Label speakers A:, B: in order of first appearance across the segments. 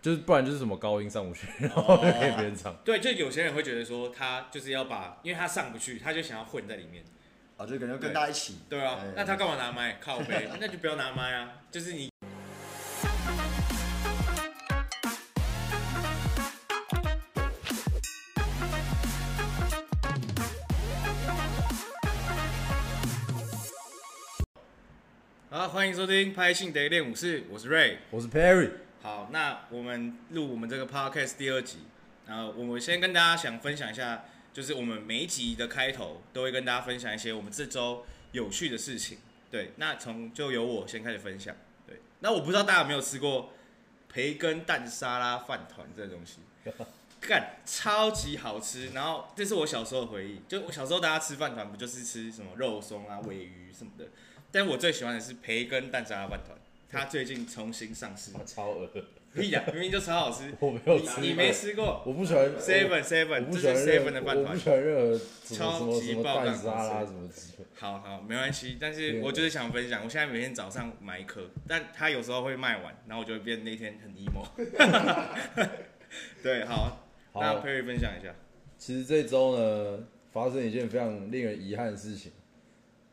A: 就是不然就是什么高音上 不去，然后就给别人唱。
B: 对，就有些人会觉得说他就是要把，因为他上不去，他就想要混在里面。
C: 啊，就感觉跟大家一起。
B: 对啊
C: 哎，
B: 那他干嘛拿麦？靠背，那就不要拿麦啊。就是你好，欢迎收听《拍信得练武士》，我是 Ray。
A: 我是 Perry，
B: 好，那我们录我们这个 podcast 第二集，然后我们先跟大家想分享一下，就是我们每一集的开头都会跟大家分享一些我们这周有趣的事情。对，那从就由我先开始分享。对，那我不知道大家有没有吃过培根蛋沙拉饭团这个东西，干超级好吃。然后这是我小时候的回忆，就我小时候大家吃饭团不就是吃什么肉松啊、尾鱼什么的，但我最喜欢的是培根蛋沙拉饭团。它最近重新上市，
A: 我超饿，
B: 屁呀，明明就超好吃。
A: 我没有吃过
B: 你你没吃过
A: 我不喜欢
B: Seven
A: 我
B: Seven，
A: 不
B: 这
A: 喜欢
B: 是 Seven 的
A: 任何，
B: 饭
A: 我不
B: 团。
A: 喜欢任何什么什
B: 超
A: 么
B: 级
A: 什么
B: 爆干
A: 蛋
B: 好吃
A: 沙拉什么之类的。
B: 好好，没关系。但是
A: 对
B: 我就是想分享，我现在每天早上买一颗，但它有时候会卖完，然后我就会变那天很 emo。对，好，那
A: 好，
B: Perry 分享一下。
A: 其实这周呢发生一件非常令人遗憾的事情，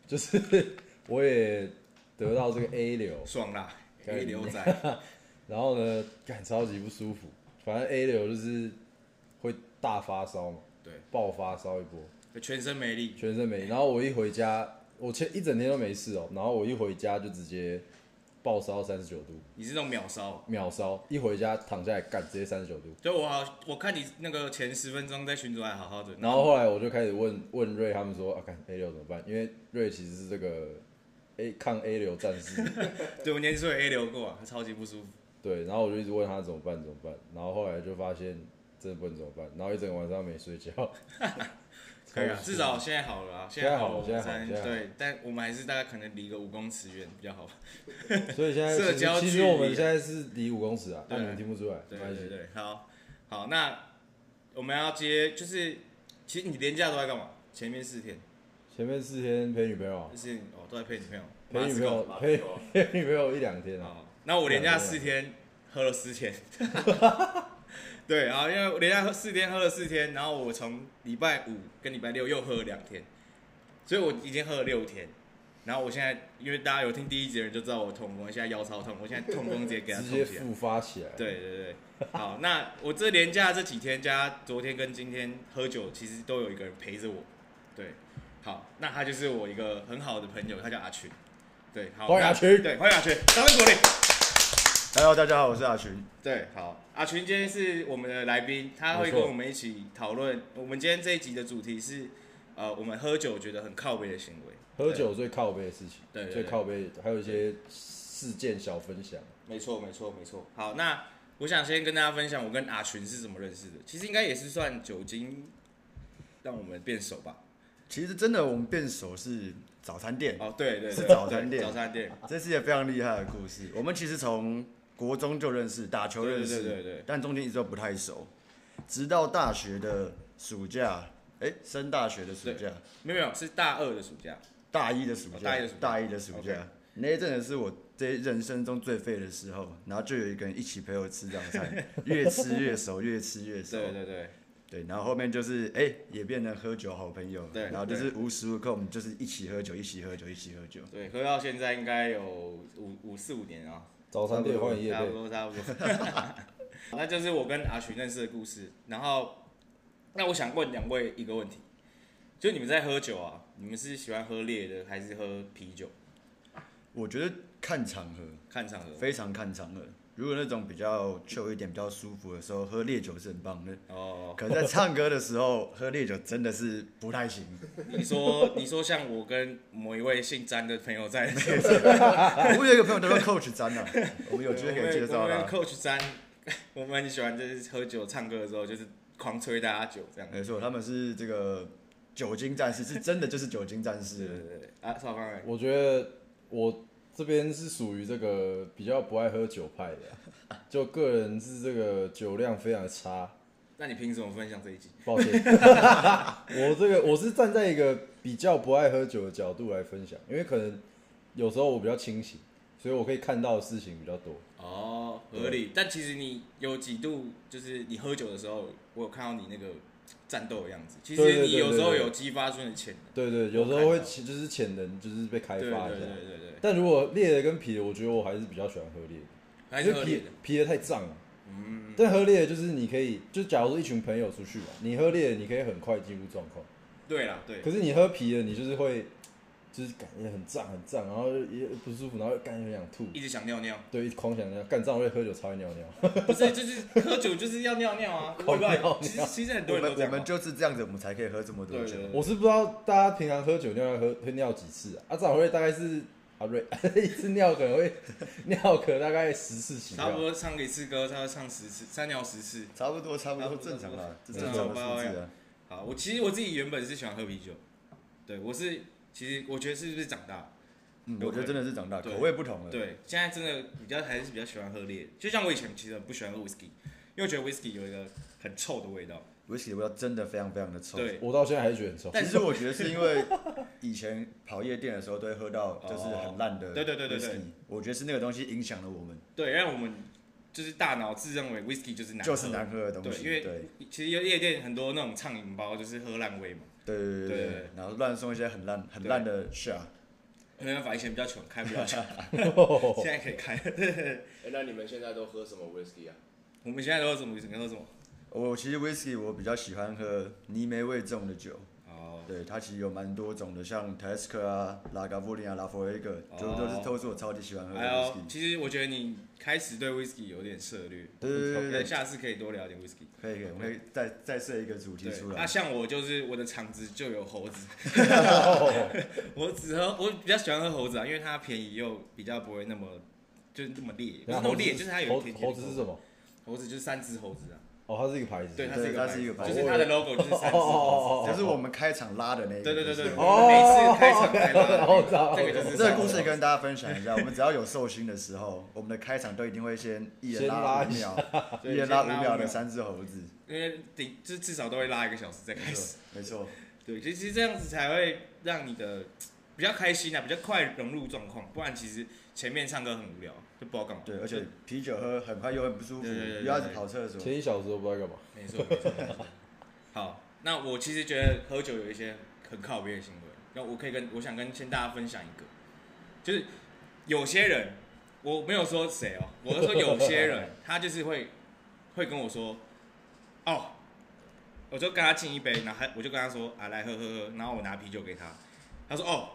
A: 就是 我也得到这 个 A 流，
B: 爽啦
A: 干
B: ，A 牛仔，
A: 然后呢感超级不舒服，反正 A 流就是会大发烧嘛，
B: 对，
A: 爆发烧一波。
B: 全身没力，
A: 全身没力。然后我一回家，我前一整天都没事哦、然后我一回家就直接爆烧三十九度，
B: 你是那种秒烧。
A: 秒烧。一回家躺下来，干直接三十九度。
B: 就我好，我看你那个前十分钟在群主还好好的，
A: 然后后来我就开始问问瑞他们说啊，看 A 流怎么办？因为瑞其实是这个 A 抗 A 流战士，
B: 对我年初有 A 流过啊，超级不舒服。
A: 对。然后我就一直问他怎么办怎么办。然后后来就发现真的不能怎么办，然后一整个晚上没 睡觉。
B: 可以啊，
A: 超级
B: 至少现在好了啊，
A: 现在好
B: 好
A: 了
B: 我
A: 现在
B: 们
A: 好
B: 才
A: 现在好
B: 对，但我们还是大概可能离个五公尺远比较好。
A: 所以现在
B: 社
A: 其实
B: 交
A: 其
B: 距
A: 实
B: 离
A: 我们现在是离五公尺啊，
B: 对
A: 但你们听不出来，
B: 对
A: 没关
B: 对
A: 系。
B: 对，好，好，那我们要接，就是其实你连假都在干嘛？前面四天
A: 前面四天陪女朋友啊，
B: 就是哦都在陪女朋友，
A: 陪女朋友
C: 马斯克
A: 陪 陪女朋友一两天啊。
B: 哦，那我连假四天喝了 四天，对，然后因为我连假喝四天喝了四天，然后我从礼拜五跟礼拜六又喝了两天，所以我已经喝了六天。然后我现在，因为大家有听第一集的人就知道我痛风，现在腰超痛，我现在痛风直接给它
A: 直
B: 痛
A: 接
B: 起来。
A: 复发起来。，
B: 啊对对对，好，那我这连假这几天加昨天跟今天喝酒，其实都有一个人陪着我。对，好，那他就是我一个很好的朋友，他叫阿群。对，好，
A: 欢迎
B: 那
A: 阿群
B: 对，欢迎阿群，掌声鼓励。
C: Hello，大家好，我是阿群。
B: 对，好，阿群今天是我们的来宾，他会
A: 没
B: 跟
A: 错
B: 我们一起讨论。我们今天这一集的主题是，呃，我们喝酒觉得很靠背的行为。
A: 喝酒最靠背的事情，
B: 对对
A: 最
B: 对
A: 靠背，还有一些事件小分享。
B: 没错，没错，没错。好，那我想先跟大家分享我跟阿群是怎么认识的。其实应该也是算酒精让我们变熟吧。
C: 其实真的，我们变熟是早餐店，
B: 哦，对对，对
C: 是早餐
B: 对
C: 店
B: 早餐店。
C: 这是一个非常厉害的故事。我们其实从国中就认识，打球认识，
B: 对对对对对
C: 但中间一直都不太熟，直到大学的暑假，哎、升大学的暑假，
B: 没有没有，是大二的暑假。
C: 大一的暑
B: 哦
C: 假，
B: 大一的暑假
C: 大一的暑假
B: OK
C: 那一阵子是我这人生中最废的时候，然后就有一个人一起陪我吃早 餐，越吃越熟，越吃越熟，
B: 对对对，
C: 对，然后后面就是哎、也变成喝酒好朋友，
B: 对
C: 然后就是无时无刻我们就是一起喝酒，一起喝酒，一起喝酒。
B: 对，喝到现在应该有五五四五年啊，
A: 早餐店换夜
B: 差不
A: 配，
B: 多差不多。 那就是我跟阿群认识的故事。然后，那我想问两位一个问题，就你们在喝酒啊，你们是喜欢喝烈的还是喝啤酒？
C: 我觉得看场合，
B: 看场合。
C: 非常看场合。如果那种比较 chill 一点、比较舒服的时候，喝烈酒是很棒的。
B: 哦，
C: 可在唱歌的时候喝烈酒真的是不太行，
B: 你说你说像我跟某一位姓詹的朋友在，
C: 啊我有一个朋友叫做 Coach 詹啊，我们有机会可以介绍
B: 我们
C: 他。
B: Coach 詹，我们很喜欢就是喝酒唱歌的时候就是狂吹大家酒这样。
C: 没错，他们是这个酒精战士，是真的就是酒精战
B: 对
C: 士。
B: 对对，啊，少方
A: 我觉得我这边是属于这个比较不爱喝酒派的，啊就个人是这个酒量非常差。
B: 那你凭什么分享这一集？
A: 抱歉， 我这个我是站在一个比较不爱喝酒的角度来分享，因为可能有时候我比较清醒，所以我可以看到的事情比较多。
B: 哦，合理。但其实你有几度，就是你喝酒的时候，我有看到你那个战斗的样子。其
A: 对
B: 实
A: 对
B: 你有时候
A: 对对
B: 有激发出你的潜能。
A: 对对，有时候会潜就是潜能，就是被开
B: 对对
A: 发
B: 对
A: 一下。
B: 对对，
A: 但如果烈的跟啤的，我觉得我还是比较喜欢喝烈的，
B: 还是
A: 因为
B: 合
A: 啤
B: 理的。
A: 啤的太胀了。嗯，但喝烈的就是你可以，就假如说一群朋友出去嘛，你喝烈的你可以很快进入状况，
B: 对啦，对
A: 可是你喝啤的你就是会，就是感觉很胀很胀，然后也不舒服，然后又感觉很想吐，
B: 一直想尿尿，
A: 对，一直狂想尿，干仗会喝酒超爱尿尿。
B: 不是就是喝酒就是要尿 尿啊，
A: 狂
B: 对吧
A: 尿尿
B: 其实其实很
C: 我
B: 多人
C: 们
B: 都这
C: 我
B: 样嘛。啊
C: 们就是这样子，我们才可以喝这么多
B: 对
C: 酒
B: 对。对
A: 我是不知道大家平常喝酒尿要喝会尿几次啊？啊，张会大概是啊瑞 一次尿可能会 尿可大概十次起
B: 差不
A: 跳，
B: 多唱一次歌，他要唱十次，三尿十次。
C: 差不多，差不
B: 差
C: 多
B: 不多
C: 正常啦，这
B: 差
C: 正
B: 不多
C: 常的数字啊。
B: 好，我其实我自己原本是喜欢喝啤酒，对我是其实我觉得是不是长大，
C: 嗯，
B: 对
C: 我觉得真的是长大，
B: 对
C: 口味不同了。，
B: 对，现在真的比较还是比较喜欢喝烈的，就像我以前其实很不喜欢喝 whisky，因为我觉得 whisky 有一个很臭的味道。
C: 威士忌的味道真的非常非常的臭。
B: 对
A: 我到现在还是觉得很臭。
C: 但其实我觉得是因为以前跑夜店的时候都会喝 到就是很烂的，
B: 哦对对对对对，
C: 我觉得是那个东西影响了我们，
B: 对，让我们就是大脑自认为 whisky 就是难喝，
C: 就是难喝的东
B: 对
C: 西，，
B: 因
C: 对
B: 为其实有夜店很多那种畅饮包就是喝烂味嘛，
C: 对对对
B: 对对对
C: 对，然后乱送一些很烂很
B: 对
C: 烂的 shot，
B: 没办法，以前比较穷，开 不了酒，现在可以开。
D: 哎，那你们现在都喝什么 whisky 啊？
B: 我们现在都喝什么？喝什么？
C: 我其实 whisky 我比较喜欢喝泥煤味重的酒，
B: 哦，
C: 对它其实有蛮多种的，像 t e s c a 啊、拉嘎布林啊、拉佛威格，就
B: 哦
C: 都是都是我超级喜欢喝的
B: 还有，
C: whisky。
B: 其实我觉得你开始对 whisky 有点涉略，
C: 对对对对
B: 对，
C: 对，
B: 下次可以多聊点 whisky。
C: 可以可以，我们可以再再设一个主题
B: 对
C: 出，
B: 那
C: 来。
B: 像我就是我的厂子就有猴子，
A: 哦
B: 我只喝我比较喜欢喝猴子啊，因为它便宜又比较不会那么就是那么烈，不是
A: 然后
B: 那么
A: 猴
B: 烈，
A: 子
B: 就是它有
A: 猴
B: 一点
A: 猴子是什么？
B: 猴子就是三只猴子啊，
A: 哦，它是一个牌子。
B: 对，它
C: 对
B: 是一
C: 它
B: 个
C: 是一个
B: 牌
C: 牌
B: 子，
C: 子
B: 就是它的 logo 就是三只
A: 哦哦
B: 猴
A: 哦哦
C: 就是我们开场拉的那一
B: 子，
C: 个。
B: 对对对对，
C: 就是
B: 我们每次开场来
A: 哦我知
B: 拉
A: 道
B: 这个就是
A: 我知
C: 这
A: 道
C: 个故事跟大家分享一下，我们只要有寿星的时 候，我们的开场都一定会先一人
A: 先
C: 拉
A: 拉
C: 五
A: 一
C: 秒， 一
B: 对
C: 人
B: 先
C: 拉
B: 拉
C: 五
B: 五
C: 秒的
B: 秒
C: 三只猴子，
B: 因为顶至至少都会拉一个小时再开
C: 没
B: 始
C: 错。没错，
B: 对，其实这样子才会让你的比较开心啊，比较快融入状况，不然其实前面唱歌很无聊，就不知道干嘛。
C: 对，而且啤酒喝很快又很不舒服，
B: 对对对对
C: 又
B: 对
C: 要一直跑厕所，
A: 前一小时都不知道干嘛。
B: 没错，没错。没错好，那我其实觉得喝酒有一些很靠边的行为，那我可以跟我想跟先大家分享一个，就是有些人，我没有说谁哦，我是说有些人，他就是会会跟我说，哦，我就跟他敬一杯，然后他我就跟他说啊来喝喝喝，然后我拿啤酒给他，他说哦，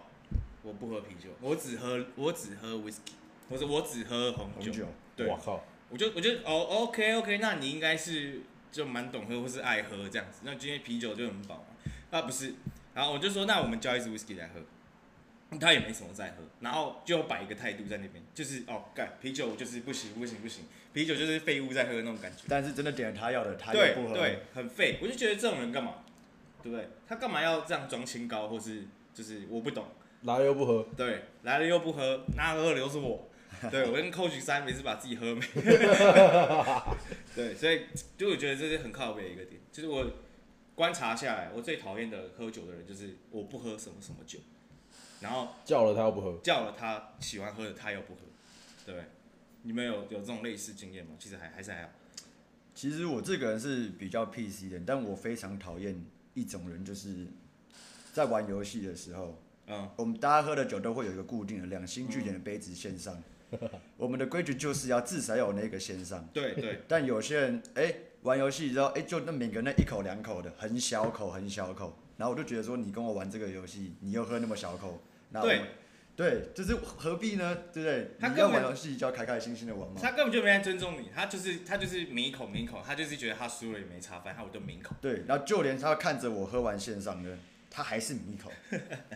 B: 我不喝啤酒，我只喝我只喝 whisky，我说我只喝红
C: 红
B: 酒，
C: 酒。
B: 对
A: 我，靠，
B: 我就我就哦，OK OK，那你应该是就蛮懂喝或是爱喝这样子。那今天啤酒就很饱嘛，啊不是，然后我就说那我们叫一支 whisky 来喝，他也没什么在喝，然后就摆一个态度在那边，就是哦干啤酒就是不行不行不行，啤酒就是废物在喝那种感觉，
C: 但是真的点了他要的，他
B: 对
C: 又不喝。
B: 对，很废。我就觉得这种人干嘛，对不对？他干嘛要这样装清高，或是就是我不懂。
A: 来了又不喝，
B: 对，来了又不喝，那喝的又是我。对我跟 Coach 三每次把自己喝没。 对，所以就我觉得这是很靠背的一个点，就是我观察下来，我最讨厌的喝酒的人就是我不喝什么什么酒，然后
A: 叫了他又不喝。
B: 叫了他喜欢喝的他又不喝，对不对？你们有有这种类似经验吗？其实还还是还好。
C: 其实我这个人是比较 PC 一点，但我非常讨厌一种人，就是在玩游戏的时候，
B: 嗯，
C: 我们大家喝的酒都会有一个固定的两星聚点的杯子 线上，我们的规矩就是要至少要有那个线上。
B: 对 对，
C: 但有些人哎、玩游戏之后哎、就那每个人那一口两口的，很小口很小口，然后我就觉得说你跟我玩这个游戏，你又喝那么小口，那我
B: 对
C: 对，就是何必呢？对不
B: 他
C: 对？你
B: 根
C: 要
B: 本
C: 玩游戏就要开开心心的玩嘛。
B: 他根本就没在尊重你，他就是他就是抿一口抿一口，他就是觉得他输了也没差，反正我就抿一口。
C: 对，然后就连他看着我喝完线上的，他还是抿一口，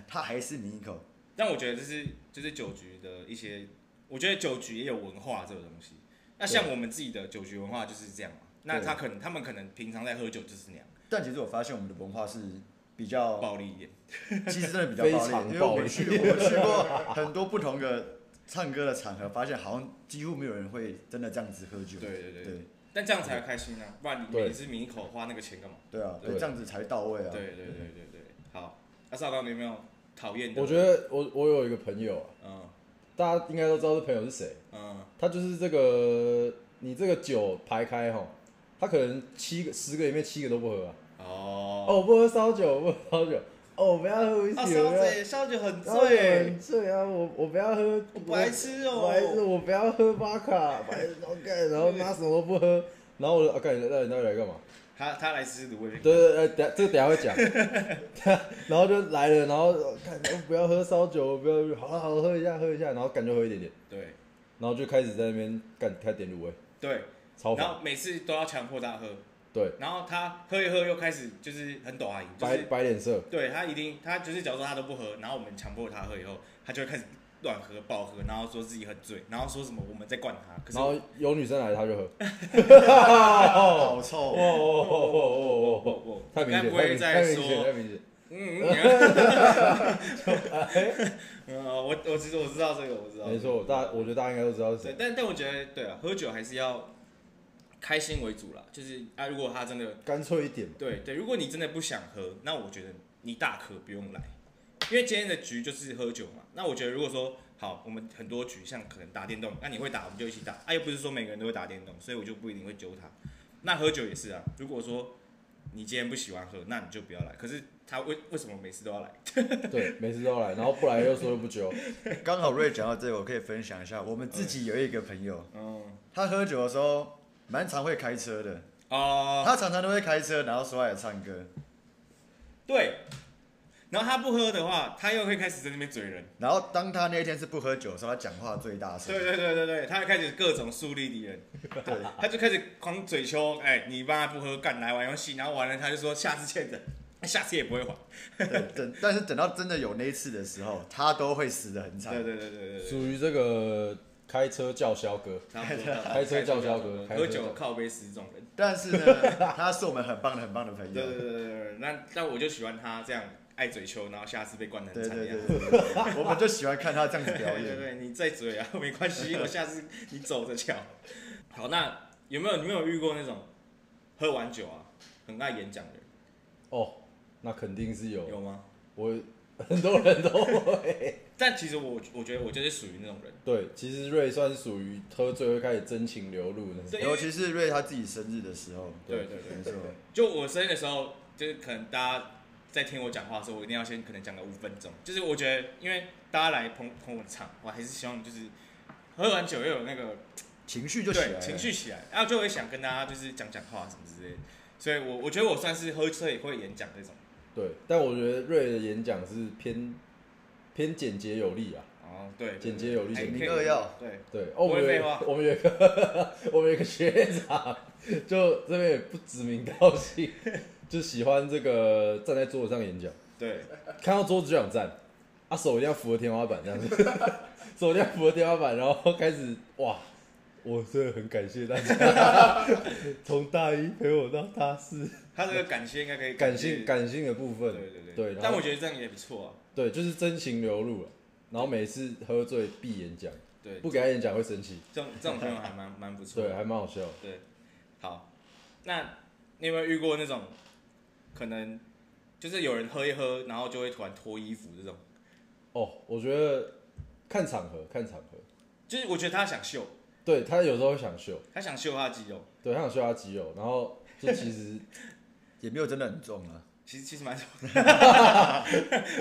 C: 他还是抿一口。
B: 但我觉得这是就是酒局的一些，我觉得酒局也有文化这个东西。那像我们自己的酒局文化就是这样嘛。那他可能他们可能平常在喝酒就是那样，
C: 但其实我发现我们的文化是比较
B: 暴力一点。
C: 其实真的比较
A: 非
C: 暴
A: 常
C: 力，因为我
A: 暴
C: 们
A: 力
C: 去我们去过很多不同的唱歌的场合，发现好像几乎没有人会真的这样子喝酒。
B: 对对对
C: 对
B: 但这样才开心啊，不然你
A: 对
B: 每次抿一口花那个钱干嘛？
C: 对啊，
A: 对
C: 对这样子才到位
B: 对
C: 啊。
B: 对对对对对。好，那少刚你有没有讨厌的？
A: 我觉，得我我有一个朋友啊，
B: 嗯
A: 大家应该都知道这朋友是谁，
B: 嗯，
A: 他就是这个你这个酒排开吼，他可能七个十个里面七个都不喝啊。
B: 哦，
A: 哦，我不喝烧酒，我不喝烧酒。哦，我不要喝威士
B: 啊，
A: 忌，
B: 烧
A: 我不要。
B: 酒，烧酒很
A: 然后有
B: 醉
A: 人，醉啊！我我不要喝，
B: 我白痴哦
A: 我白痴，我不要喝巴卡，白痴，然后干，然后妈什么都不喝，然后我就啊干，那你到底来干嘛？
B: 他他来吃卤味，
A: 对对对，等下这个等下会讲，然后就来了，然后呃看呃不要喝烧酒，不要好了好了喝一下喝一下，然后感觉喝一点点，
B: 对
A: 然后就开始在那边干开始点卤味，
B: 对，
A: 超
B: 然
A: 烦，
B: 后每次都要强迫他喝，
A: 对，
B: 然后他喝一喝又开始就是很抖啊，就
A: 白
B: 是
A: 白脸色，
B: 对他一定，他就是假如说他都不喝，然后我们强迫他喝以后，他就会开始乱喝、暴喝，然后说自己很醉，然后说什么我们在灌他，可是
A: 然后有女生来他就喝，
C: 好
A: 哦
C: 臭，
A: 哦哦哦哦哦，
B: 我我
A: 太明
B: 该
A: 显，
B: 不
A: 太
B: 会
A: 明显，太
B: 再
A: 明显，太
B: 说，
A: 明显，
B: 嗯，嗯
A: 哎，
B: 嗯我我其实我知道这个，我知道，
A: 没错，大我觉得大家应该都知道是
B: 对
A: 谁，，
B: 但但我觉得对啊，喝酒还是要开心为主啦，就是啊，如果他真的
A: 干脆一 点嘛，
B: 对对，如果你真的不想喝，那我觉得你大可不用来，因为今天的局就是喝酒嘛。那我觉得如果说好，我们很多局像可能打电动，那你会打我们就一起打，啊又不是说每个人都会打电动，所以我就不一定会揪他。那喝酒也是啊，如果说你今天不喜欢喝，那你就不要来。可是他为为什么每次都要来？
A: 对，每次都要来，然后不来又说又不揪，
C: 刚好瑞讲到这个，我可以分享一下，我们自己有一个朋友，
B: 嗯
C: 他喝酒的时候蛮常会开车的，
B: 哦、
C: 他常常都会开车，然后说他也唱歌，
B: 对，然后他不喝的话，他又会开始在那边嘴人。
C: 然后当他那一天是不喝酒的时候，他讲话最大声
B: 对，对对对对，他开始各种树立敌人，
C: 对，
B: 他就开始狂嘴丘，哎、你爸不喝，干来玩游戏，然后完了他就说下次欠着，下次也不会还。
C: 对，等但是等到真的有那一次的时候，他都会死的很惨
B: 对。对对对对
A: 属
B: 对，
A: 于这个开车叫嚣哥，
B: 差不多差不多
A: 开车叫嚣哥开车
B: 喝
A: 叫
B: 酒
A: 嚣
B: 靠杯失重人。
C: 但是呢，他是我们很棒的很棒的朋
B: 对对
C: 友。
B: 对对对，那那我就喜欢他这样爱嘴丘，然后下次被灌得很
C: 对
B: 惨
C: 对
B: 这样
C: 对。对对， 我们就喜欢看他这样子表
B: 对对
C: 演。
B: 对，你再嘴啊，没关系，我下次你走着瞧。好，那有没有你没有遇过那种喝完酒啊很爱演讲的人？
A: 哦，那肯定是有，
B: 有吗？
A: 我很多人都 会。
B: 但其实我我觉得我就是属于那种人。
A: 对，其实瑞算是属于喝醉会开始真情流露那种。
B: 对
C: 尤其是瑞他自己生日的时候，
B: 对对对
C: 没错，
B: 就我生日的时候，就是可能大家在听我讲话的时候，我一定要先可能讲个五分钟。就是我觉得，因为大家来捧捧我的场，我还是希望就是喝完酒又有那个
C: 情绪就起来
B: 对
C: 了。
B: 情绪起来，然后就会想跟大家就是讲讲话什么之类的。所以我我觉得我算是喝醉会演讲这种。
A: 对，但我觉得瑞的演讲是偏偏简洁有力啊。
B: 哦，对，
A: 简洁有力
B: 还可以
C: 简明扼要
B: 对，
A: 对，哦，我们有
B: 不会
A: 一
B: 废
A: 个
B: 话
A: 我们有一个 我们有一个学长，就这边也不指名道 姓，就喜欢这个站在桌子上演讲。
B: 对，
A: 看到桌子就想站，啊手一定要扶着天花板这样子， 手一定要扶着天花板，然后开始哇，我真的很感谢大家， 从大一陪我到大四，
B: 他这个感谢应该可以
A: 感
B: 谢
A: 性。感性的部
B: 对
A: 分，
B: 对对
A: 对，然后
B: 但我觉得这样也不错啊。
A: 对就是真情流露了，然后每次喝醉必演讲，
B: 对，
A: 不给他演讲会生气，
B: 这种这种朋友还蛮蛮不错的。
A: 对，还蛮好笑的。
B: 对，好，那你有没有遇过那种可能就是有人喝一喝，然后就会突然脱衣服这种？
A: 哦，我觉得看场合，看场合，
B: 就是我觉得他想秀，
A: 对他有时候会想秀，
B: 他想秀他的肌肉，
A: 对他想秀他肌肉，然后就其 实
C: 也没有真的很重啊。
B: 其实其实蛮多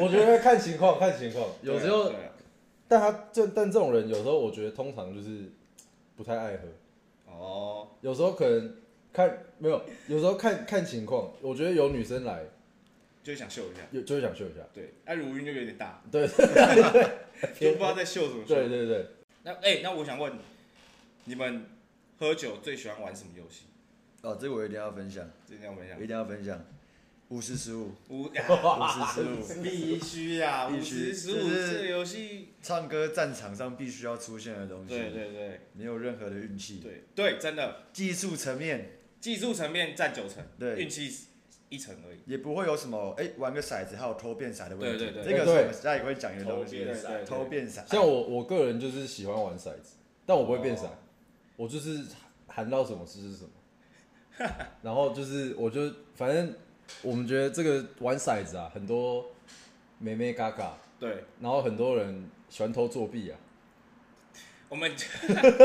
A: 我觉得看情况，看情况，
B: 对
A: 有
B: 啊
A: 时候。
B: 对啊
A: 但他这但这种人有时候我觉得通常就是不太爱喝，
B: 哦，
A: 有时候可能看没有，有时候看看情况，我觉得有女生来
B: 就想秀一下。
A: 有就会想秀一下，
B: 对，那乳晕就有点大，
A: 对
B: 就不知道在秀什么秀。
A: 对对对，
B: 那哎、那我想问你们喝酒最喜欢玩什么游戏？
C: 哦，这个我一定要分享，
B: 这跟 我们讲
C: 一，定要分享。五十十五，
B: 五啊
C: 五十十五，
B: 必须啊，五
C: 必须
B: 十十五
C: 就是
B: 这个游戏，
C: 唱歌战场上必须要出现的东西，
B: 对对对
C: 没有任何的运气，
B: 对对，真的。
C: 技术层面
B: 技术层面占九成，
C: 对
B: 运气一成而已。
C: 也不会有什么哎玩个骰子还有偷变骰的问题，
B: 对对对
C: 这个
A: 对
C: 是我们下一个会讲的东
D: 变
C: 西
D: 骰。
B: 对
C: 偷变 骰，
A: 像我我个人就是喜欢玩骰子，但我不会变骰，我就是喊到什么就是什么，然后就是我就反正我们觉得这个玩骰子啊，很多妹妹嘎嘎，
B: 对，
A: 然后很多人喜欢偷作弊啊，
B: 我们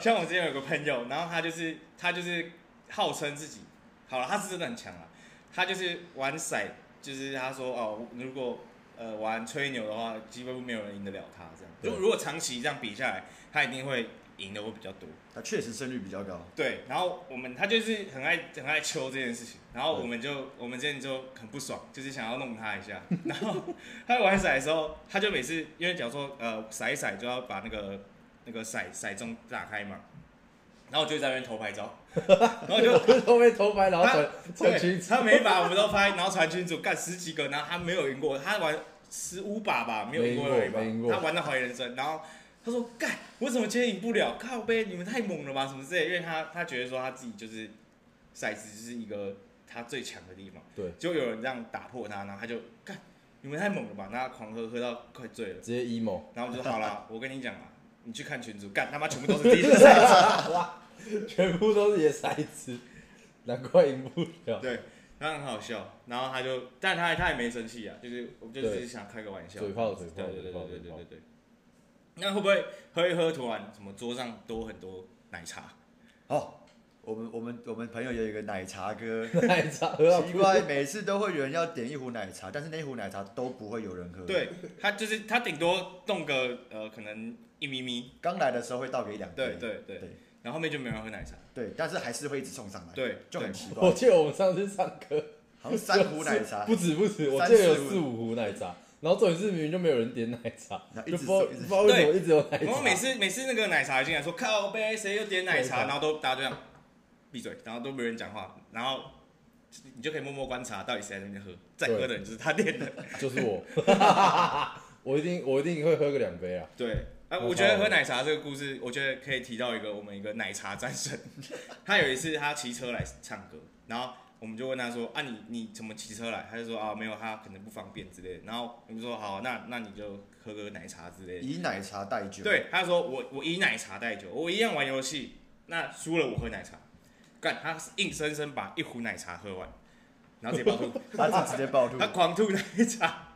B: 像我之前有个朋友，然后他就是他就是号称自己好了，他是真的很强啊。他就是玩骰，就是他说哦，如果呃玩吹牛的话，几乎没有人赢得了他这样。
A: 对
B: 如如果长期这样比下来，他一定会赢的会比较多。
C: 他确实胜率比较高。
B: 对，然后我们他就是很爱很爱求这件事情，然后我们就我们之前就很不爽，就是想要弄他一下。然后他玩骰的时候，他就每次因为假如说呃骰一骰就要把那个那个骰骰盅打开嘛，然后我就在那边偷拍照， 然后就
A: 后面头牌，然后传传
B: 对，
A: 群
B: 他每一把我们都拍，然后传群主干十几个，然后他没有赢过，他玩十五把吧，没有赢过
A: 没
B: 任何
A: 赢过没赢
B: 一
A: 过
B: 把，他玩到怀疑人生，然后他说干，我怎么今天赢不了？靠呗，你们太猛了吧，什么之类的，因为他他觉得说他自己就是骰子就是一个他最强的地方，
A: 对，
B: 就有人这样打破他，然后他就干，你们太猛了吧，然后他狂喝喝到快醉了，
A: 直接 emo，
B: 然后我就说好啦，我跟你讲啊，你去看群主，干他妈全部都是自己的骰子，
A: 全部都是你的骰子，难怪赢不了。
B: 对，他很好笑，然后他就，但他他也没生气啊，就是我就只
A: 对
B: 是想开个玩笑，
A: 嘴炮嘴炮
B: 对对对
A: 嘴炮
B: 对对
A: 嘴
B: 对
A: 炮
B: 对对。那会不会喝一喝，突然什么桌上多很多奶茶？
C: 哦，我们我们我们朋友有一个奶茶哥，
A: 奶茶喝
B: 啊
A: 到
C: 奇怪，每次都会有人要点一壶奶茶，但是那一壶奶茶都不会有人喝。，
B: 对他就是他顶多动个呃可能一咪咪，
C: 刚来的时候会倒给一两
B: 对
C: 杯，
B: 对对，然后后面就没有人喝奶茶，
C: 对，但是还是会一直送上来，
B: 对
C: 就很
B: 对
C: 奇
A: 我
C: 怪，
A: 记得我们上次上课，
C: 好像三壶奶茶
A: 不，止不止，我
C: 三
A: 记得有
C: 四五
A: 四五壶奶茶，然后重点是明明就没有人点奶茶，
C: 然后一
A: 就不
C: 直
A: 知道
C: 送
A: 不
C: 一直
A: 知道为什么一直有奶
B: 然
A: 茶
B: 后。每次每次那个奶茶进来说靠呗，谁又点奶茶，
A: 奶茶
B: 然后都大家就这样闭嘴，然后都没有人讲话，然后你就可以默默观察到底谁在那边喝，再喝的人就是他点的。
A: 就是我，我 一定我一定会喝个两杯啊。
B: 对，啊，
A: 好
B: 我觉得喝奶茶这个故事，我觉得可以提到一个我们一个奶茶战神， 他有一次他骑车来唱歌，然后我们就问他说啊你你怎么骑车来？他就说啊没有，他可能不方便之类的。然后我们说好，那那你就喝个奶茶之类的。
C: 以奶茶代酒，，
B: 对，他说我我以奶茶代酒，我一样玩游戏，那输了我喝奶茶，干他硬生生把一壶奶茶喝完，然后直接爆吐，
C: 他是直接暴吐，
B: 他
C: 然
B: 狂吐奶茶，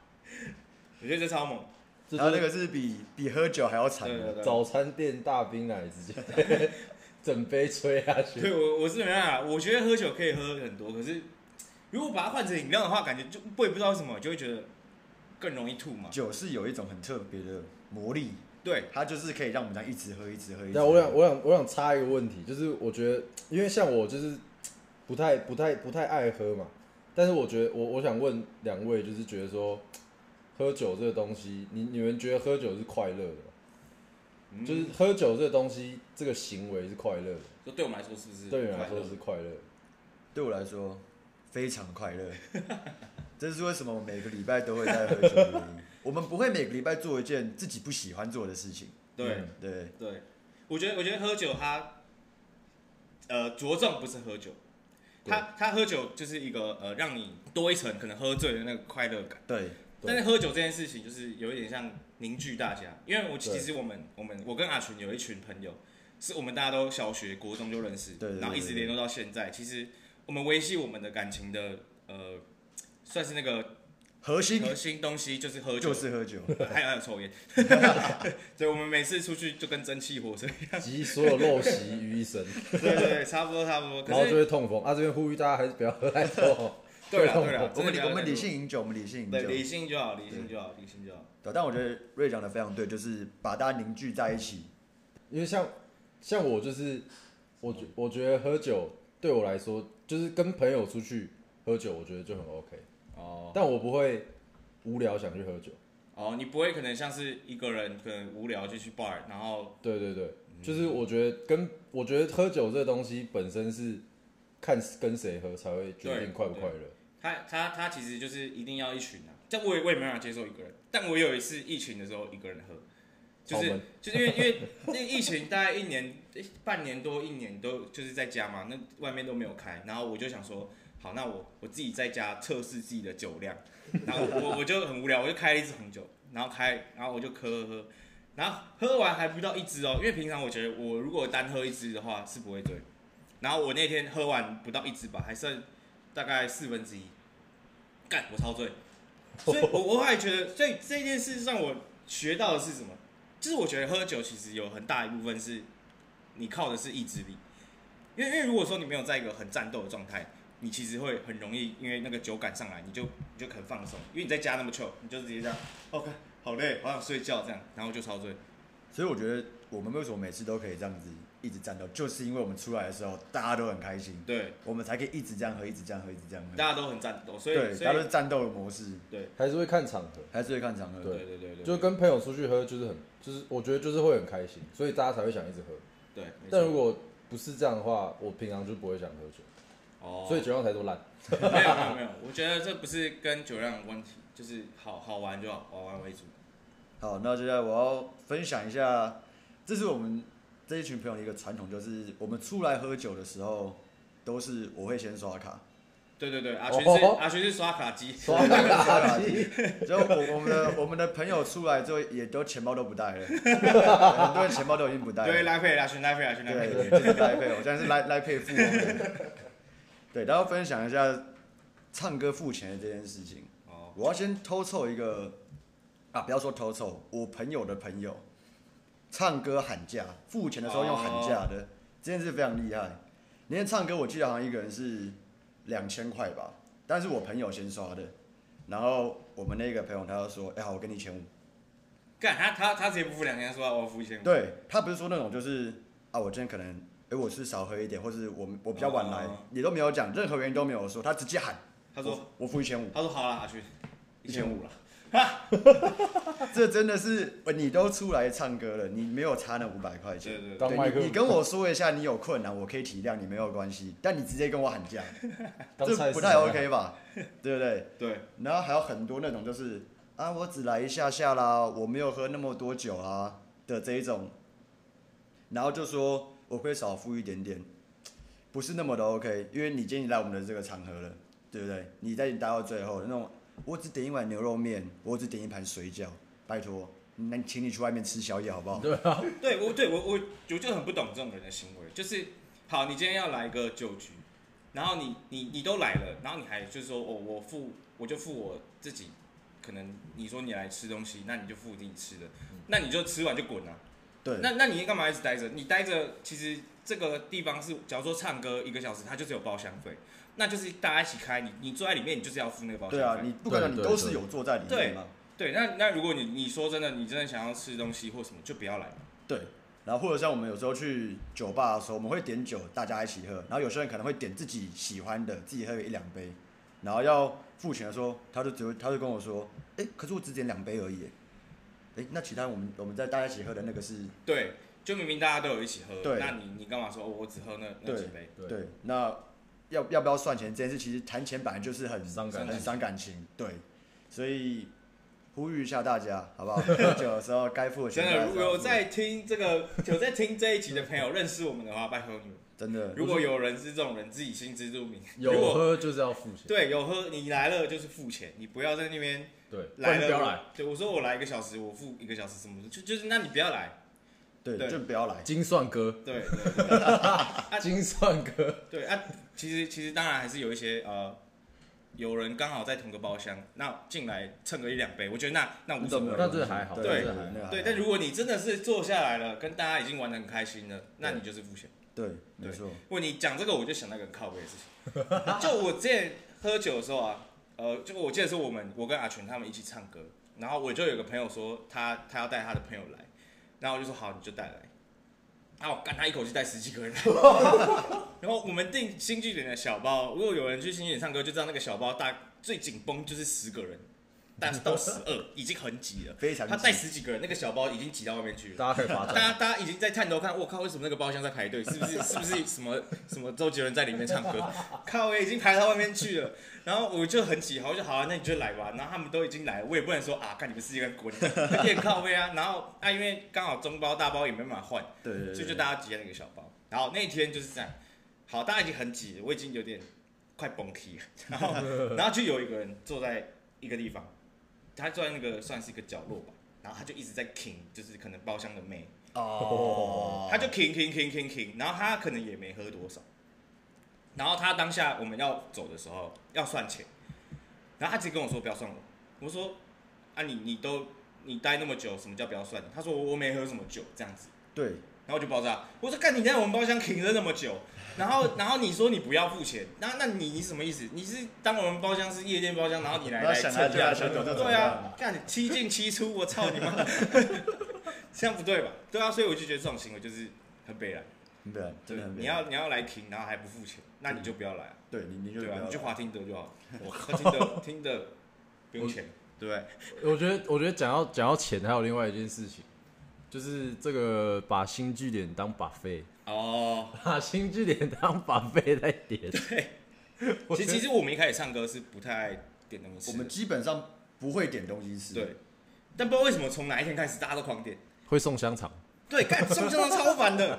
B: 我觉得这超猛，
A: 这
C: 后
A: 就是
C: 那个是比比喝酒还要惨
B: 对对
C: 的，
B: 对。
A: 早餐店大冰奶直接 整杯吹下去，
B: 对我我是没办法，我觉得喝酒可以喝很多，可是如果把它换成饮料的话，感觉就我也不知道为什么，就会觉得更容易吐嘛。
C: 酒是有一种很特别的魔力，
B: 对，
C: 它就是可以让我们这样一直喝，一直喝，一直
A: 那
B: 啊
C: 喝。
A: 我想，我想，我想插一个问题，就是我觉得，因为像我就是不太、不太、不太爱喝嘛，但是我觉得，我我想问两位，就是觉得说，喝酒这个东西，你你们觉得喝酒是快乐的吗？
B: 嗯
A: 就是喝酒这个东西，这个行为是快乐的，
B: 就对我们来说是不是？
A: 对你们来说是，快乐的。
C: 对我来说非常快乐。 这是为什么我每个礼拜都会在喝酒的原因。我们不会每个礼拜做一件自己不喜欢做的事情。
B: 对、
A: 嗯
C: 对，
B: 对，我觉得我觉得喝酒它呃着重不是喝酒，它它喝酒就是一个呃让你多一层可能喝醉的那个快乐感。
C: 对，
A: 对
B: 但是喝酒这件事情，就是有一点像凝聚大家，因为我其
A: 对
B: 实我们我们我跟阿群有一群朋友，是我们大家都小学、国中就认识，
C: 对对对
B: 然后一直联络到现在。其实我们维系我们的感情的呃，算是那个
C: 核心
B: 核心东西就是喝酒，
C: 就是喝酒。
B: 还有还有抽烟。对，我们每次出去就跟蒸汽火车一 样，
A: 嗯集所有陋习于一 身，
B: 对对对，差不多差不多。
A: 然后
B: 可
A: 就是会痛风。啊，这边呼吁大家还是不要喝太多。
B: 对啊
A: 会
B: 了
A: 痛
B: 对了
A: 风，
C: 我
B: 真的不
C: 们理
B: 要
C: 我们
B: 再
C: 理
B: 多
C: 性饮酒，我们理性饮
B: 对
C: 酒。
B: 理性就好，理性就好，理性就好。
C: 对但我觉得瑞讲的非常对，就是把大家凝聚在一起。
A: 因为像像我就是，我觉我觉得喝酒对我来说，就是跟朋友出去喝酒，我觉得就很 OK，
B: 哦
A: 但我不会无聊想去喝酒。
B: 哦，你不会可能像是一个人可能无聊就去 bar，然后
A: 对对对，
B: 嗯
A: 就是我觉得跟我觉得喝酒这东西本身是看跟谁喝才会决
B: 对
A: 定快不快乐。
B: 他他他其实就是一定要一群啊，但我也我也没办法接受一个人。但我有一次疫情的时候一个人喝，就
A: 超
B: 是
A: 闷
B: 就是因为因为那个疫情大概一年、诶半年多一年都就是在家嘛，那外面都没有开，然后我就想说，好，那我我自己在家测试自己的酒量，然后我我我就很无聊，我就开了一支红酒，然后开然后我就喝喝喝，然后喝完还不到一支哦，因为平常我觉得我如果单喝一支的话是不会醉，然后我那天喝完不到一支吧，还剩大概四分之一，干我超醉，所以我我后来觉得，所以这件事让我学到的是什么？就是我觉得喝酒其实有很大一部分是你靠的是意志力，因为因为如果说你没有在一个很战斗的状态，你其实会很容易因为那个酒感上来，你就你就很放松，因为你在家那么 chill，你就直接这样，OK，好累，好想睡觉这样，然后就超醉。
C: 所以我觉得我们为什么每次都可以这样子一直战斗，就是因为我们出来的时候大家都很开心，
B: 对，
C: 我们才可以一直这样喝，一直这样喝，一直这样喝。
B: 大家都很战斗，所以
C: 对，
B: 所
C: 大家都
B: 以
C: 是战斗的模式，
B: 对
A: 还是会看场合，
C: 还是会看场合。
A: 对
B: 对对对对，
A: 就跟朋友出去喝，就是很，就是我觉得就是会很开心，所以大家才会想一直喝。
B: 对，没错
A: 但如果不是这样的话，我平常就不会想喝酒，
B: 哦，
A: 所以酒量才多 烂。
B: 没有没有没有，我觉得这不是跟酒量有关系，就是好好玩就好，好玩为主。
C: 好，那接下来我要分享一下，这是我们这一群朋友的一个传统，就是我们出来喝酒的时候，都是我会先刷卡，
B: 对对对，阿群是
A: 哦
B: 阿群是刷卡机，
A: 刷卡机，
C: 就我我们的我们的朋友出来之后，也都钱包都不带了，很多人钱包都已经不带
B: 对，
C: 了，
B: 拉配，拉群，拉配，拉群，拉配。
C: 对，对这是来配，我现在是来来配付。对，然后分享一下唱歌付钱的这件事情，
B: 哦，
C: 我要先偷凑一个啊，不要说偷凑，我朋友的朋友唱歌喊价，付钱的时候用喊价的，
B: 哦
C: 这件事非常厉害。那天唱歌，我记得好像一个人是两千块吧，但是我朋友先刷的，然后我们那个朋友他就说：“哎、好，我给你一
B: 嗯
C: 千五。
B: 干他他他直接不付两千，说我付一千”五。
C: 对他不是说那种就是啊，我今天可能哎、我是少喝一点，或是我我比较晚来
B: 哦，
C: 也都没有讲，任何原因都没有说，他直接喊，
B: 他说
C: 我我付一千五。
B: 他说好了，阿群，一千五了。
C: 这真的是呃你都出来唱歌了，你没有差那五百块
B: 对
C: 钱。
B: 对对，
A: 当麦克
C: 对
A: 风
C: 你，你跟我说一下你有困难，我可以体谅你，没有关系。但你直接跟我喊价，
A: 当菜
C: 这
A: 市
C: 不太
A: 场一样
C: OK 吧？对不对？
B: 对
C: 然后还有很多那种就是啊，我只来一下下啦，我没有喝那么多酒啊的这一种，然后就说我会少付一点点，不是那么的 OK，因为你今天来我们的这个场合了，对不对？你在你待到最后的那种，我只点一碗牛肉面，我只点一盘水饺，拜托，那请你去外面吃宵夜好不好？
A: 对啊，
B: 对，我对我我我就很不懂这种人的行为，就是好，你今天要来个酒局，然后你你你都来了，然后你还就是说哦我我付我就付我自己，可能你说你来吃东西，那你就付你自己吃的，那你就吃完就滚啊。
C: 嗯对，
B: 那那你干嘛一直待着？你待着，其实这个地方是，假如说唱歌一个小时，它就只有包厢费，那就是大家一起开，你你坐在里面，你就是要付那个包厢
C: 对
B: 费。
C: 啊，你不可能你
A: 对对
C: 都是有坐在里
B: 对
C: 面嘛，
B: 对，那那如果你你说真的，你真的想要吃东西或什么，就不要来。
C: 对。然后或者像我们有时候去酒吧的时候，我们会点酒，大家一起喝。然后有些人可能会点自己喜欢的，自己喝一两杯。然后要付钱的时候，他就只会他就跟我说：“哎，可是我只点两杯而已。”哎，那其他我们我们在大家一起喝的那个是
B: 对，就明明大家都有一起喝，
C: 对
B: 那你你干嘛说、哦我只喝那那
C: 对
B: 几杯？
A: 对
C: 对。那要要不要算钱这件事，其实谈钱本来就是很
A: 伤感
C: 很
A: 情
C: 伤感情。对，所以呼吁一下大家，好不好？喝酒的时候该付的钱
B: 真
C: 大家
B: 的，
C: 还
B: 如
C: 是
B: 果
C: 要
B: 有
C: 付
B: 在听这个有在听这一集的朋友认识我们的话，拜托你们。
C: 真的
B: 如果有人是这种人，自己心知肚明。
A: 有
B: 如果
A: 喝就是要付钱，
B: 对有喝，你来了就是付钱，你不要在那边
A: 对，不
B: 来
A: 然
B: 了
A: 不要来，
B: 我。对，我说我来一个小时，我付一个小时什么的，就就是那你不要来。对
C: 对就不要来。
A: 精算哥，
B: 对对对啊
A: 精算哥，
B: 对啊，其实其实当然还是有一些呃，有人刚好在同个包厢，那进来蹭个一两杯，我觉得那那无所
C: 那
B: 谓
C: 种。
A: 那真的还好，
C: 对
A: 真
B: 对
A: 的还好
C: 那还好
B: 对，但如果你真的是坐下来了，跟大家已经玩的很开心了，那你就是付钱。
C: 对，
B: 对
C: 没错。
B: 问你讲这个，我就想那个很靠背的事情。就我之前喝酒的时候啊，呃，就我记得是我们我跟阿全他们一起唱歌，然后我就有个朋友说他他要带他的朋友来，然后我就说好你就带来，然后我干他一口气带十几个人来， 然后我们订新据点的小包，如果有人去新据点唱歌，就知道那个小包大最紧绷就是十个人，但是到十二已经很挤了，
C: 非常
B: 他带
C: 挤
B: 十几个人，那个小包已经挤到外面去了。
A: 大家可以罚
B: 大家
A: 站，
B: 大家已经在探头看，我靠，为什么那个包厢在排队？是不是是不是什么什么周杰伦在里面唱歌？靠，我已经排到外面去了。然后我就很起好，我就好、啊，那你就来吧。然后他们都已经来了，我也不能说啊，看你们是一个人滚， 有点靠背啊。然后啊，因为刚好中包大包也没办法换，
C: 对对对。
B: 所以就大家挤在那个小包。然后那一天就是这样，好，大家已经很挤了，我已经有点快崩溃了。然 后然后就有一个人坐在一个地方，他坐在那个算是一个角落吧，然后他就一直在听，就是可能包厢的妹。
C: 哦，
B: 他就停停停停停，然后他可能也没喝多少，然后他当下我们要走的时候要算钱，然后他直接跟我说不要算我，我说啊你你都你待那么久，什么叫不要算了？他说我我没喝什么酒这样子，
C: 对，
B: 然后我就爆炸，我说干你在我们包厢停了那么久， 然后然后你说你不要付钱，那那你你什么意思？你是当我们包厢是夜店包厢，然后你来
C: 然后
B: 来
C: 想
B: 蹭
C: 来就来
B: 价
C: 想走就走
B: 对啊，干七进七出，我操你妈， 这样不对吧？对啊，所以我就觉得这种行为就是很悲哀，
C: 很悲哀，
B: 对
C: 真的很，
B: 你
C: 悲哀。
B: 要你要来停，然后还不付钱，那你就不要来啊，
C: 对你你就
B: 对
C: 不
B: 吧、
C: 要
B: 你去滑听得就好， 我靠，听得听得不用钱，对不对？
A: 我觉得，我觉得讲到讲到钱，还有另外一件事情，就是这个把新据点当把费，
B: 哦，
A: 把新据点当把费在点。我
B: 其实
A: 觉
B: 其实我们一开始唱歌是不太点东西吃的，
C: 我们基本上不会点东西吃。
B: 对，但不知道为什么从哪一天开始大家都狂点，
A: 会送香肠，
B: 对， 干送香肠超烦的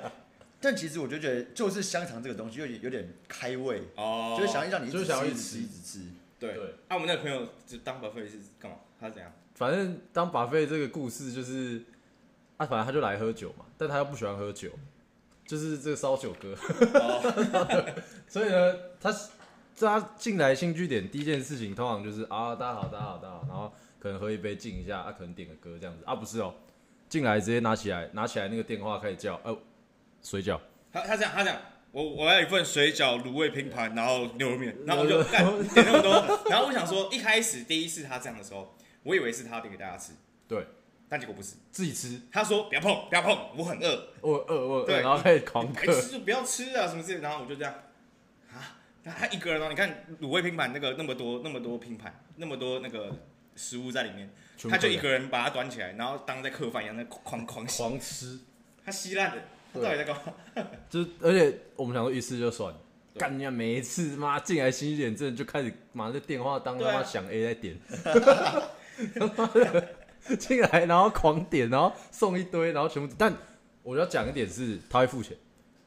C: 但其实我就觉得，就是香肠这个东西有点有点开胃，
B: 哦
C: 就是想要让你一
A: 就
C: 直
A: 想要
C: 吃，一
A: 一
C: 直
A: 直吃
C: 吃，一直吃。
B: 对
A: 对
B: 啊，我们那个朋友就当白费是干嘛？他是怎样？
A: 反正当把费这个故事就是，啊，反正他就来喝酒嘛，但他又不喜欢喝酒，就是这个烧酒哥。
B: 哦，
A: 所以呢，他他进来新据点第一件事情，通常就是啊，大家好，大家好，大家好，然后可能喝一杯敬一下，啊，可能点个歌这样子啊，不是哦，进来直接拿起来，拿起来那个电话开始叫，呃，水饺，
B: 他他这样他这样。我我要一份水饺、卤味拼盘，然后牛肉 面，然后我就干你点那么多，然后我想说，一开始第一次他这样的时候，我以为是他点给大家吃，
A: 对，
B: 但结果不是。
A: 自己吃，
B: 他说不要碰，不要碰，我很饿，
A: 我饿我呃
B: 对
A: 饿，然后开始狂
B: 白
A: 嗑，
B: 痴哎就不要吃啊什么之类的。然后我就这样啊，他他一个人哦，你看卤味拼盘那个那么多那么多拼盘，那么多那个食物在里面，
A: 全部
B: 他就
A: 都
B: 一个人把它端起来，然后当在客饭一样在狂 狂吸，
A: 狂吃，
B: 他吸烂的，他到底在干嘛？
A: 就是而且我们想说一次就算。干人家每一次妈进来新据点，真的就开始马上就电话当他
B: 对啊
A: 妈响 A 在点， 他妈的进来然后狂点，然后送一堆，然后全部。但我要讲一点是，他会付钱，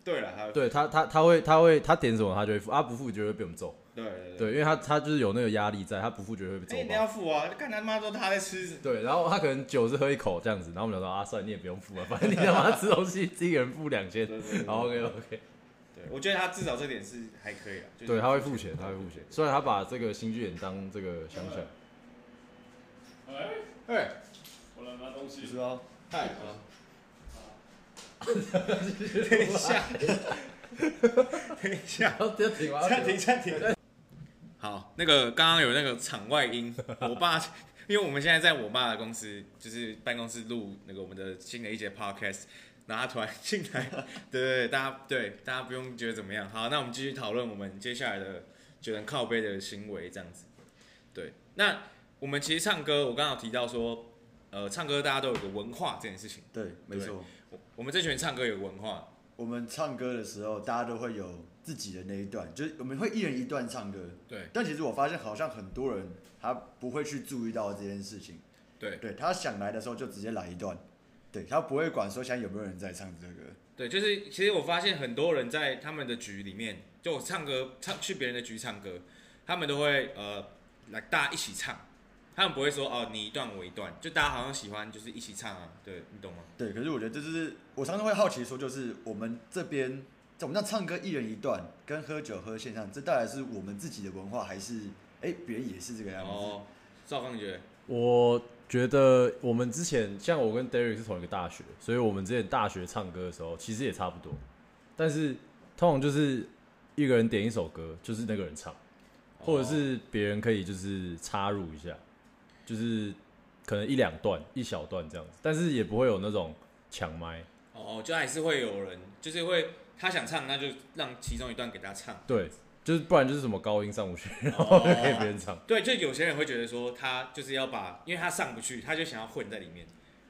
B: 对了，他
A: 对他，他他会他会他点什么他就会付，他不付绝对被我们揍。
B: 对对对，
A: 对，因为他他就是有那个压力在，他不付绝对会被
B: 哎，
A: 揍
B: 你
A: 爆。
B: 要付啊，看他妈都他在吃，
A: 对，然后他可能酒是喝一口这样子，然后我们想说啊，算了你也不用付啊，反正你他妈吃东西自己一个人付两千
B: 对对对，
A: 好 OK OK，
B: 对我觉得他至少这点是还可以啊，就是
A: 对，他会付钱，他会付钱。虽然他把这个新剧演当这个想 想，
E: 哎，
D: 哎，
E: 我来拿东西
C: 不。是哦，
D: 嗨啊，
B: 等一下， 等一下，
A: 然后就停完
B: 暂停，暂停。好，那个刚刚有那个场外音， 我爸，因为我们现在在我爸的公司，就是办公室录那个我们的新的一节 podcast，然后他突然进来，对对，对大家对大家不用觉得怎么样。好，那我们继续讨论我们接下来的觉得很靠背的行为这样子。对，那我们其实唱歌，我刚刚有提到说，呃，唱歌大家都有个文化这件事情，
C: 对，没
B: 对
C: 错。
B: 我我们这群人唱歌有个文化，
C: 我们唱歌的时候，大家都会有自己的那一段，就是我们会一人一段唱歌。
B: 对
C: 但其实我发现，好像很多人他不会去注意到这件事情。
B: 对
C: 对他想来的时候就直接来一段，对他不会管说现在有没有人在唱这个。
B: 对，就是其实我发现很多人在他们的局里面，就我唱歌唱去别人的局唱歌，他们都会呃来大家一起唱，他们不会说哦你一段我一段，就大家好像喜欢就是一起唱啊，对你懂吗？
C: 对，可是我觉得这就是我常常会好奇说，就是我们这边在我们那唱歌一人一段，跟喝酒喝线上，这到底是我们自己的文化，还是哎别人也是这个样子？
B: 哦，赵刚你觉得
A: 我觉得我们之前像我跟 Derek 是同一个大学，所以我们之前大学唱歌的时候其实也差不多，但是通常就是一个人点一首歌，就是那个人唱，或者是别人可以就是插入一下，就是可能一两段、一小段这样子，但是也不会有那种抢麦。
B: 哦，就还是会有人就是会他想唱，那就让其中一段给他唱。
A: 对，就是不然就是什么高音上不去，然后就给别人唱。
B: 对，就有些人会觉得说他就是要把，因为他上不去，他就想要混在里面。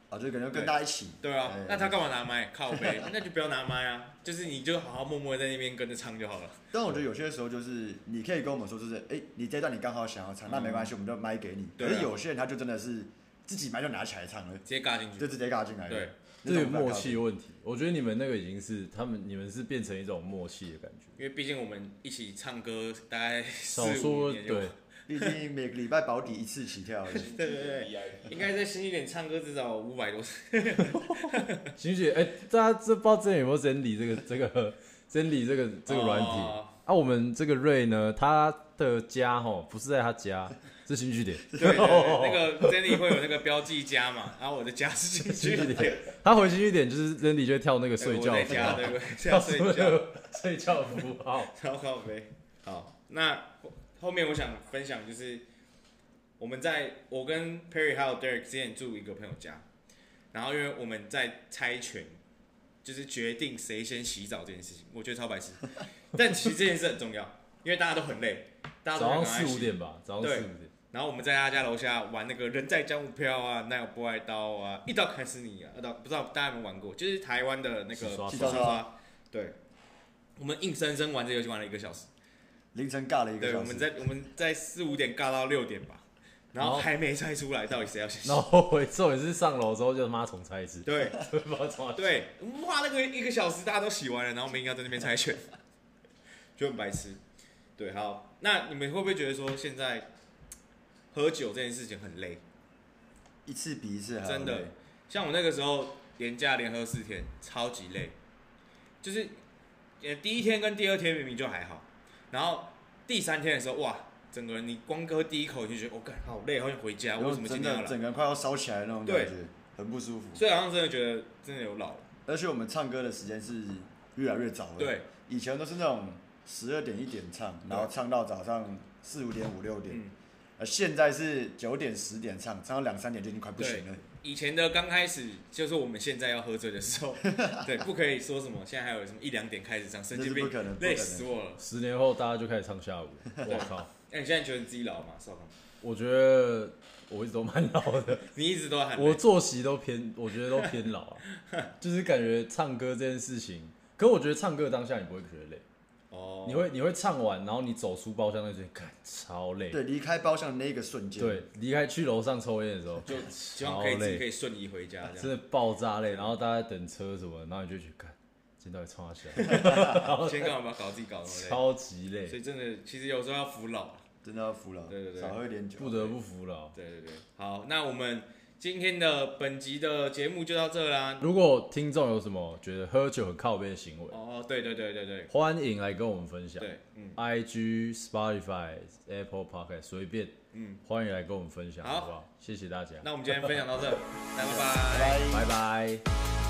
C: 啊，就感
B: 对
C: 觉跟大家一起。
B: 对啊
C: 哎，
B: 那他干嘛拿麦？靠背，那就不要拿麦啊，就是你就好好默默在那边跟着唱就好了。
C: 但我觉得有些时候就是，你可以跟我们说，就是哎、诶你这一段你刚好想要唱，那没关系，我们就麦给你。
B: 嗯对啊
C: 可是有些人他就真的是自己麦就拿起来唱了，
B: 直接嘎进去
C: 就。直接尬进来了。
B: 对
C: 那
A: 这个
C: 种没办法
A: 默契问题，我觉得你们那个已经是他们你们是变成一种默契的感觉。
B: 因为毕竟我们一起唱歌大概四
A: 少
B: 五
A: 说
B: 年有，
A: 对，
C: 毕竟每个礼拜保底一次起跳而已。
B: 对对对，应该在新一点唱歌至少五百多次。
A: 行姐，哎、大家这不知道之前有没有整理这个这个整理这个这个软体、
B: 哦
A: 啊，我们这个瑞呢，他的家吼不是在他家，是新据点，
B: 对对对，那个 Jenny 会有那个标记家嘛，然后我的家是进
A: 新
B: 去
A: 据
B: 的，
A: 点。他回新据点就是 Randy 就会跳那个睡觉
B: 哎我在
A: 舞
B: 家
A: 蹈，
B: 对不对？这
A: 跳
B: 样
A: 所
B: 睡
A: 有
B: 觉，
A: 的睡觉符号。
B: 超靠背。好，那后后面我想分享就是我们在我跟 Perry 还有 Derek 之前住一个朋友家，然后因为我们在猜拳，就是决定谁先洗澡这件事情，我觉得超白痴， 但其实这件事很重要，因为大家都很累，大家都
A: 早上
B: 很赶快
A: 四
B: 洗
A: 五点吧，早上
B: 对
A: 四五点。
B: 然后我们在他家楼下玩那个人在江湖飘啊，那有不爱刀啊，一刀砍死你啊，二刀不知道大家有没有玩过，就是台湾的那
A: 洗
B: 个
A: 刷
C: 刷
B: 洗刷对，我们硬生生玩这个游戏玩了一个小时，
C: 凌晨尬了一个
B: 对，我
C: 小
B: 们
C: 时。
B: 在我们在四五点尬到六点吧，然
A: 然
B: 后
A: 后
B: 还没猜出来到底谁要先洗
A: 然，后我重点是上楼之后就他妈重猜一次，
B: 对
A: 把它重来。
B: 对，嗯哇，那个一个小时大家都洗完了，然后我们应该在那边猜拳， 就很白痴，对，好，那你们会不会觉得说现在喝酒这件事情很累？
C: 一次比一次还要
B: 真的
C: 累，
B: 像我那个时候连假连喝四天，超级累，就是呃第一天跟第二天明明就还好，然后第三天的时候哇，整个人你光喝第一口你就觉得我哦干、好累，好想回家，
C: 然
B: 为
C: 后
B: 什么今
C: 真
B: 天要
C: 的
B: 来？
C: 整个人快要烧起来的那种感
B: 对
C: 觉，很不舒服。
B: 所以好像真的觉得真的有老了，
C: 而且我们唱歌的时间是越来越早了。
B: 对，
C: 以前都是那种十二点一点唱，然后唱到早上四五点五六点
B: 嗯，
C: 而现在是九点十点唱，唱到两三点就已经快不
B: 对
C: 行了。
B: 以前的刚开始就是我们现在要喝醉的 时候，对，不可以说什么现在还有什么一两点开始唱，神
C: 那
B: 经
C: 是
B: 病
C: 不可能，不可
B: 累
C: 能
B: 死我了。哎
A: 十年后大家就开始唱下午，我靠！
B: 那你现在觉得你自己老吗？少康，
A: 我觉得我一直都蛮老的，
B: 你一直都很
A: 我作息都偏，我觉得都偏老、啊，就是感觉唱歌这件事情。可我觉得唱歌当下你不会觉得累，
B: 哦，
A: 你会你会唱完，然后你走出包厢那瞬间，看超累。
C: 对，离开包厢的那一个瞬间，
A: 对，离开去楼上抽烟的时候，
B: 就希望可以自己可以顺移回家这样。
A: 真的爆炸累，然后大家等车什么，然后你就去看，今天到底冲 下去，
B: 先干嘛把搞自己搞那么
A: 超级
B: 累？所
A: 累，
B: 以真的，其实有时候要服老。
C: 真的要服了，
B: 对对对
C: 少喝一点酒。
A: 不得不服老。
B: 对对对，好，那我们今天的本集的节目就到这啦。
A: 如果听众有什么觉得喝酒很靠背的行为，
B: 哦，对对对对对
A: 欢迎来跟我们分享。
B: 对，嗯，
A: IG、Spotify、Apple Podcast 随便，
B: 嗯，
A: 欢迎来跟我们分享，
B: 好
A: 好不好？谢谢大家，
B: 那我们今天分享到这，大家拜拜。
A: 拜
C: 拜。
A: 拜。